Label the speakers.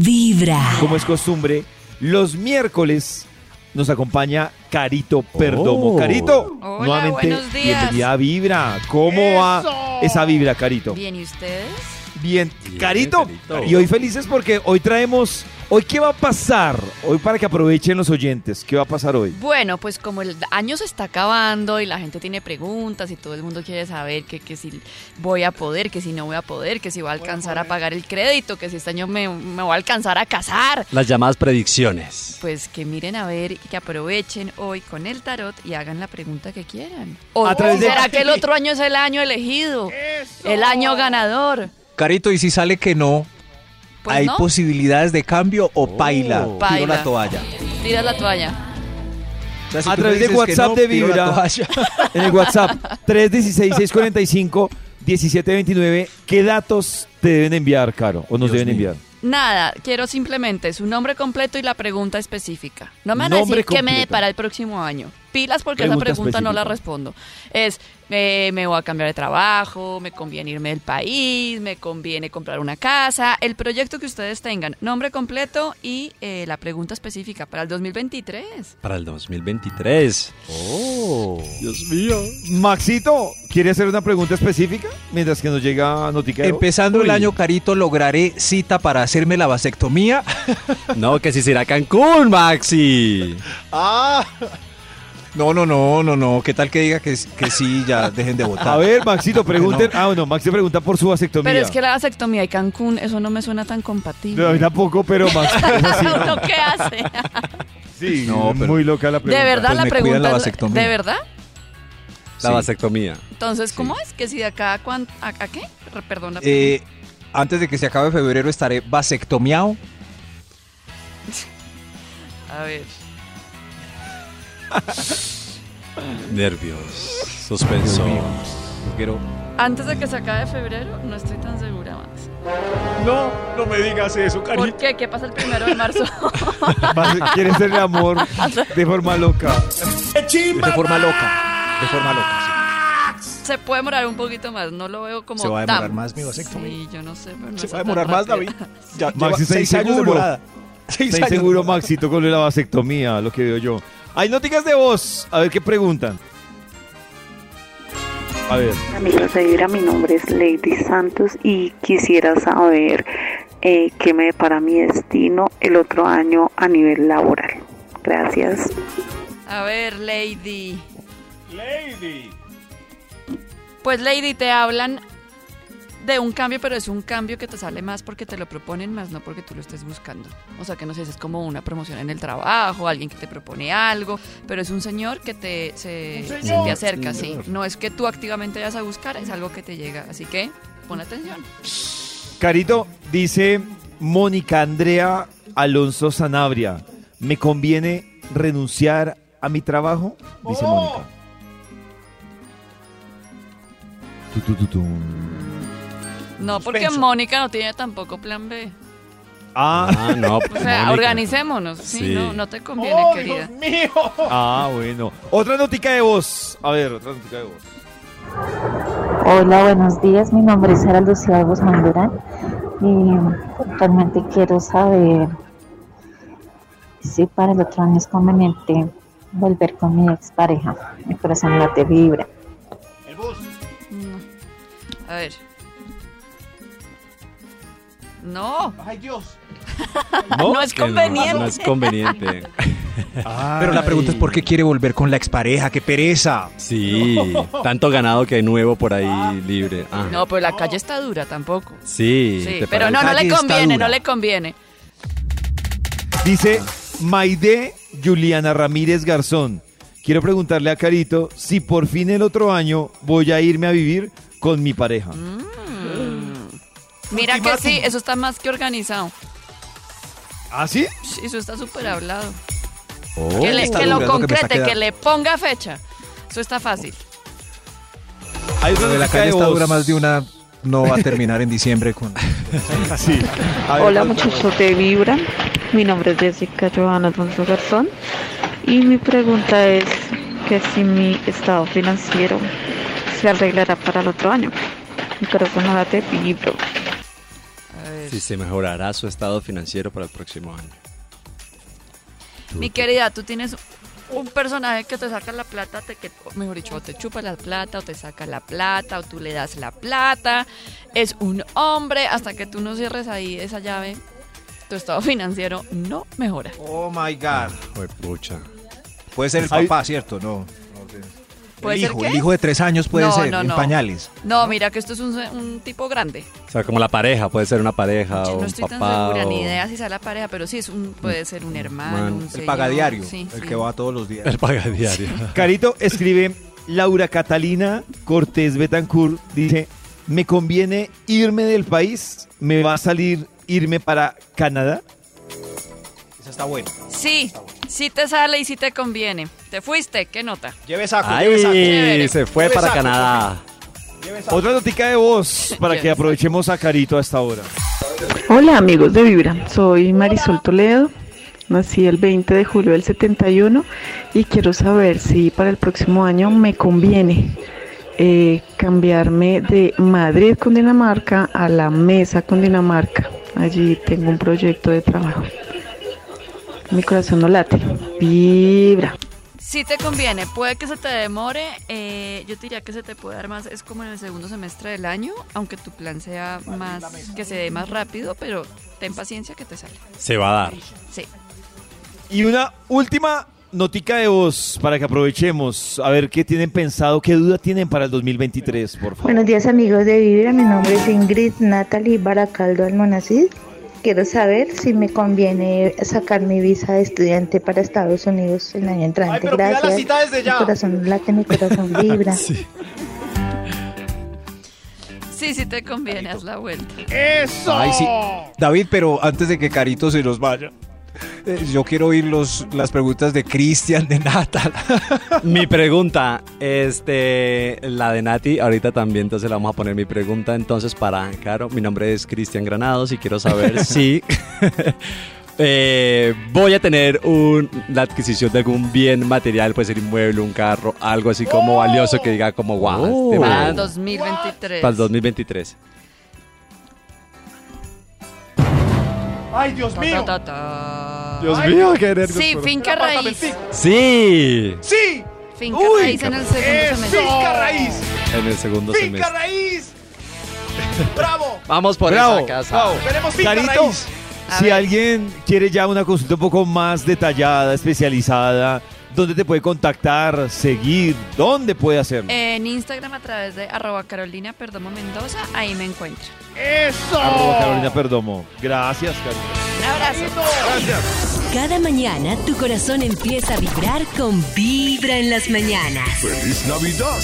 Speaker 1: Vibra.
Speaker 2: Como es costumbre, los miércoles nos acompaña Carito Perdomo.
Speaker 3: Oh.
Speaker 2: Carito,
Speaker 4: Hola,
Speaker 2: nuevamente
Speaker 4: buenos días.
Speaker 2: bienvenida a Vibra. ¿Cómo va esa vibra, Carito?
Speaker 4: Bien, ¿y ustedes?
Speaker 2: Bien, Carito.
Speaker 3: Carito.
Speaker 2: Y hoy felices porque hoy traemos, hoy qué va a pasar, hoy para que aprovechen los oyentes, ¿qué va a pasar hoy?
Speaker 4: Bueno, pues como el año se está acabando y la gente tiene preguntas y todo el mundo quiere saber que, que si voy a poder, que si no voy a poder, que si voy a alcanzar a pagar el crédito, que si este año me, me voy a alcanzar a casar.
Speaker 3: Las llamadas predicciones.
Speaker 4: Pues que miren a ver y que aprovechen hoy con el tarot y hagan la pregunta que quieran. O
Speaker 2: A través de-
Speaker 4: será que el otro año es el año elegido, el año ganador.
Speaker 5: Carito, y si sale que no,
Speaker 4: Pues
Speaker 5: ¿hay
Speaker 4: no,
Speaker 5: posibilidades de cambio o
Speaker 3: Oh.
Speaker 5: paila? Tiro
Speaker 4: Paila.
Speaker 5: la toalla.
Speaker 4: tira la toalla.
Speaker 5: O sea, si
Speaker 2: A
Speaker 5: tú me
Speaker 2: través de
Speaker 5: dices que
Speaker 2: WhatsApp
Speaker 5: no,
Speaker 2: de
Speaker 5: tiro la
Speaker 2: Vibra.
Speaker 5: toalla.
Speaker 2: En el WhatsApp 316-645-1729, ¿qué datos te deben enviar, Caro? ¿O nos
Speaker 3: Dios
Speaker 2: deben
Speaker 3: mío.
Speaker 2: enviar?
Speaker 4: Nada, quiero simplemente su nombre completo y la pregunta específica. No me van a
Speaker 2: Nombre
Speaker 4: decir qué me
Speaker 2: completo.
Speaker 4: depara el próximo año. Pilas porque
Speaker 2: Pregunta
Speaker 4: esa pregunta no la
Speaker 2: específica.
Speaker 4: respondo. Es, eh, me voy a cambiar de trabajo, me conviene irme del país, me conviene comprar una casa, el proyecto que ustedes tengan, nombre completo y eh, la pregunta específica para el 2023.
Speaker 3: Para el 2023.
Speaker 5: Oh.
Speaker 2: Maxito, ¿quiere hacer una pregunta específica mientras que nos llega Notica?
Speaker 5: Empezando el año, Carito, lograré cita para hacerme la vasectomía.
Speaker 3: No, que si será Cancún, Maxi.
Speaker 5: Ah. No, no, no, no, no. ¿Qué tal que diga que, que sí? Ya dejen de votar.
Speaker 2: A ver, Maxito, pregunten.
Speaker 5: No.
Speaker 2: Ah, bueno, Maxi pregunta por su vasectomía.
Speaker 4: Pero es que la vasectomía y Cancún, eso no me suena tan compatible.
Speaker 2: No, a mí tampoco, pero Maxi. es así, ¿no?
Speaker 4: ¿Uno qué hace?
Speaker 2: Sí,
Speaker 5: No, pero-
Speaker 2: muy loca la
Speaker 4: ¿De
Speaker 2: pregunta.
Speaker 4: verdad
Speaker 5: Pues
Speaker 4: la
Speaker 5: me cuidan
Speaker 4: pregunta?
Speaker 5: la
Speaker 4: es-
Speaker 5: vasectomía.
Speaker 4: ¿De verdad?
Speaker 3: La
Speaker 5: Sí.
Speaker 3: vasectomía.
Speaker 4: Entonces,
Speaker 5: Sí.
Speaker 4: ¿cómo es? ¿Que si de acá a, cuán- a, a qué? Re- Perdón. la
Speaker 5: Eh, antes de que se acabe febrero estaré vasectomiado.
Speaker 4: pregunta. a ver.
Speaker 3: Nervios. Suspenso.
Speaker 5: Pero
Speaker 4: Antes de que se acabe febrero, no estoy tan segura más.
Speaker 3: No, no me digas eso,
Speaker 4: ¿Por qué? ¿Qué pasa el primero de marzo?
Speaker 2: Maxi Quiere hacer el amor de forma loca.
Speaker 5: de forma loca. De forma loca.
Speaker 4: se puede demorar un poquito más. No lo veo como.
Speaker 5: Se va a
Speaker 4: tan-
Speaker 5: demorar más mi vasectomía.
Speaker 4: Sí, yo no sé. pero no
Speaker 5: sí. Se
Speaker 4: es
Speaker 5: va a
Speaker 4: tan
Speaker 5: demorar más, David.
Speaker 4: rápido.
Speaker 5: Ya
Speaker 2: Maxi
Speaker 5: lleva
Speaker 2: está
Speaker 5: seis años de
Speaker 2: inseguro.
Speaker 5: morada. Seis
Speaker 2: Está
Speaker 5: años de
Speaker 2: inseguro
Speaker 5: morada.
Speaker 2: Maxito con la vasectomía, lo que veo yo. Hay noticas de voz. A ver qué preguntan. A ver.
Speaker 6: Amigos de Vibra, mi nombre es Lady Santos y quisiera saber eh, qué me depara mi destino el otro año a nivel laboral. Gracias.
Speaker 4: A ver, Lady. Lady. Pues, Lady, te hablan de un cambio, pero es un cambio que te sale más porque te lo proponen más, no porque tú lo estés buscando. O sea, que no sé, es como una promoción en el trabajo, alguien que te propone algo, pero es un señor que te, se, se te acerca, sí. No es que tú activamente vayas a buscar, es algo que te llega. Así que, pon atención.
Speaker 2: Carito, dice Mónica Andrea Alonso Sanabria. ¿Me conviene renunciar a mi trabajo? Dice
Speaker 5: ¡Oh!
Speaker 2: Mónica. Tu, tu, tu, tu.
Speaker 4: No, porque Mónica no tiene tampoco plan B.
Speaker 2: Ah,
Speaker 3: Ah, no.
Speaker 4: O sea,
Speaker 3: Mónica.
Speaker 4: organicémonos. Sí,
Speaker 3: Sí.
Speaker 4: No, no te conviene, querida.
Speaker 2: ah, bueno. Otra notica de voz. A ver, otra notica de voz.
Speaker 7: Hola, buenos días. Mi nombre es Sara Lucía Guzmán Durán y realmente quiero saber si para el otro año es conveniente volver con mi expareja. Mi corazón no te vibra.
Speaker 4: No. A ver. No,
Speaker 2: ¿No?
Speaker 4: no es
Speaker 3: Que no,
Speaker 4: conveniente.
Speaker 3: No es conveniente.
Speaker 5: Pero la pregunta es por qué quiere volver con la expareja. ¡Qué pereza!
Speaker 3: Sí. Tanto ganado que hay nuevo por ahí libre. Ah,
Speaker 4: No, pero la calle está dura tampoco.
Speaker 3: Sí.
Speaker 4: Sí,
Speaker 3: te
Speaker 4: pero
Speaker 3: parece.
Speaker 4: no, no le
Speaker 5: calle está
Speaker 4: conviene,
Speaker 5: dura.
Speaker 4: no le conviene.
Speaker 2: Dice Maide Juliana Ramírez Garzón. Quiero preguntarle a Carito si por fin el otro año voy a irme a vivir con mi pareja.
Speaker 5: Mm.
Speaker 4: Mira que sí, eso está más que organizado.
Speaker 2: ¿Ah, sí?
Speaker 4: Sí, Eso está súper hablado.
Speaker 5: Oh,
Speaker 4: que le-
Speaker 5: está
Speaker 4: que lo
Speaker 5: dura, es lo que me está
Speaker 4: concrete, que,
Speaker 5: quedando.
Speaker 4: le ponga fecha. Eso está fácil.
Speaker 2: Hay
Speaker 5: Lo
Speaker 2: otra
Speaker 5: de la
Speaker 2: notica
Speaker 5: calle está
Speaker 2: voz.
Speaker 5: dura más de una. No va a terminar en diciembre con.
Speaker 2: Sí. A ver,
Speaker 8: Hola
Speaker 2: otra-
Speaker 8: muchachos de Vibra, mi nombre es Jessica Joana Alfonso Garzón y mi pregunta es que si mi estado financiero se arreglará para el otro año. Mi corazón no late vibro.
Speaker 4: A ver.
Speaker 3: si se mejorará su estado financiero para el próximo año.
Speaker 4: Mi querida, tú tienes un personaje que te saca la plata, te, que, o mejor dicho, o te chupa la plata, o te saca la plata, o tú le das la plata. Es un hombre, hasta que tú no cierres ahí esa llave, tu estado financiero no mejora.
Speaker 5: Oh my God.
Speaker 3: Joder, pucha.
Speaker 5: Puede ser el
Speaker 2: Ay.
Speaker 5: papá, ¿cierto? No.
Speaker 4: ¿Puede
Speaker 5: el
Speaker 4: ser
Speaker 5: hijo,
Speaker 4: qué?
Speaker 5: el hijo de tres años puede
Speaker 4: No,
Speaker 5: ser,
Speaker 4: no,
Speaker 5: en
Speaker 4: no.
Speaker 5: pañales.
Speaker 4: No, mira que esto es un, un tipo grande.
Speaker 3: O sea, como la pareja, puede ser una pareja
Speaker 5: Ah,
Speaker 4: Yo
Speaker 3: o
Speaker 4: no
Speaker 3: un
Speaker 4: estoy
Speaker 3: papá.
Speaker 4: tan segura ni
Speaker 3: o-
Speaker 4: idea si sea la pareja, pero sí es un, puede ser un hermano,
Speaker 3: Man.
Speaker 4: un
Speaker 3: El
Speaker 5: El
Speaker 4: señor,
Speaker 5: pagadiario,
Speaker 4: sí,
Speaker 5: el
Speaker 4: sí.
Speaker 5: que va todos los días.
Speaker 3: El pagadiario.
Speaker 2: Carito escribe Laura Catalina Cortés Betancourt dice, "Me conviene irme del país, me va a salir irme para Canadá."
Speaker 5: Esa está buena.
Speaker 4: Sí, sí te sale y sí te conviene. Te fuiste, qué nota.
Speaker 5: Lleve saco, lleve saco.
Speaker 3: ¡Ay! Se fue
Speaker 5: Lleve
Speaker 3: para
Speaker 5: saco,
Speaker 3: Canadá.
Speaker 5: lleve saco.
Speaker 2: Otra notica de voz para que
Speaker 4: Yes.
Speaker 2: aprovechemos a Carito hasta ahora.
Speaker 8: Hola amigos de Vibra, soy Marisol Toledo, nací el 20 de julio del 71 y quiero saber si para el próximo año me conviene eh, cambiarme de Madrid con Dinamarca a la mesa con Dinamarca. Allí tengo un proyecto de trabajo. Mi corazón no late. Vibra.
Speaker 4: Sí te conviene, puede que se te demore, eh, yo te diría que se te puede dar más, es como en el segundo semestre del año, aunque tu plan sea más, que se dé más rápido, pero ten paciencia que te sale.
Speaker 3: Se va a dar.
Speaker 4: Sí.
Speaker 2: Y una última notica de voz para que aprovechemos a ver qué tienen pensado, qué duda tienen para el 2023, por favor.
Speaker 1: Buenos días amigos de Vibra, mi nombre es Ingrid Natalie Baracaldo Almonacid. Quiero saber si me conviene sacar mi visa de estudiante para Estados Unidos el año entrante.
Speaker 5: Ay, pero pida la
Speaker 1: Gracias.
Speaker 5: cita desde ya.
Speaker 1: Mi corazón late, mi corazón vibra.
Speaker 3: Sí.
Speaker 4: Sí, sí te conviene, haz la vuelta.
Speaker 5: Ay, sí. David, pero antes de que Carito se nos vaya, eh, yo quiero oír los, las preguntas de Cristian, de Natal.
Speaker 3: Mi pregunta, este, la de Nati, ahorita también, entonces la vamos a poner mi pregunta. Entonces, para Caro, mi nombre es Cristian Granados y quiero saber si eh, voy a tener un- la adquisición de algún bien material, puede ser inmueble, un carro, algo así como valioso que diga como guau,
Speaker 2: ¡Oh!
Speaker 3: este
Speaker 4: Para
Speaker 3: man,
Speaker 4: el 2023.
Speaker 3: para el 2023.
Speaker 4: Ta, ta, ta, ta.
Speaker 3: mío, qué nervios.
Speaker 4: Sí, finca raíz.
Speaker 3: Sí,
Speaker 5: ¡Sí!
Speaker 4: Finca
Speaker 5: Uy,
Speaker 4: raíz en el segundo semestre.
Speaker 5: raíz!
Speaker 3: en el segundo semestre.
Speaker 5: raíz! ¡Bravo!
Speaker 3: Vamos por
Speaker 2: Bravo,
Speaker 3: esa casa.
Speaker 5: ¡Veremos
Speaker 2: Carito,
Speaker 4: A
Speaker 2: si
Speaker 4: ver.
Speaker 2: alguien quiere ya una consulta un poco más detallada, especializada, ¿dónde te puede contactar, seguir? ¿Dónde puede hacerlo?
Speaker 3: Eh,
Speaker 4: En Instagram a través de arroba carolina perdomo mendoza, ahí me encuentro.
Speaker 3: oh.
Speaker 2: Arroba Carolina Perdomo. Gracias, Carito.
Speaker 4: Un abrazo.
Speaker 9: Cada mañana tu corazón empieza a vibrar con Vibra en las mañanas.
Speaker 10: ¡Feliz Navidad!